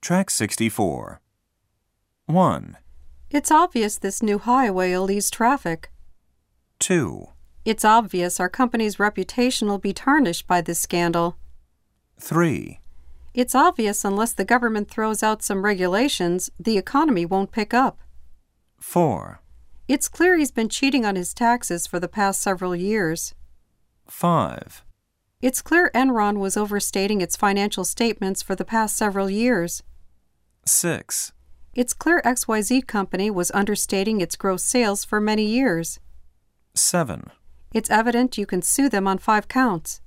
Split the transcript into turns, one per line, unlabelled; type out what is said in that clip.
Track 64. 1,
It's obvious this new highway will ease traffic.
2,
It's obvious our company's reputation will be tarnished by this scandal.
3,
It's obvious unless the government throws out some regulations, the economy won't pick up.
4,
It's clear he's been cheating on his taxes for the past several years.
5,
It's clear Enron was overstating its financial statements for the past several years.
6,
It's clear XYZ Company was understating its gross sales for many years.
7.
It's evident you can sue them on five counts.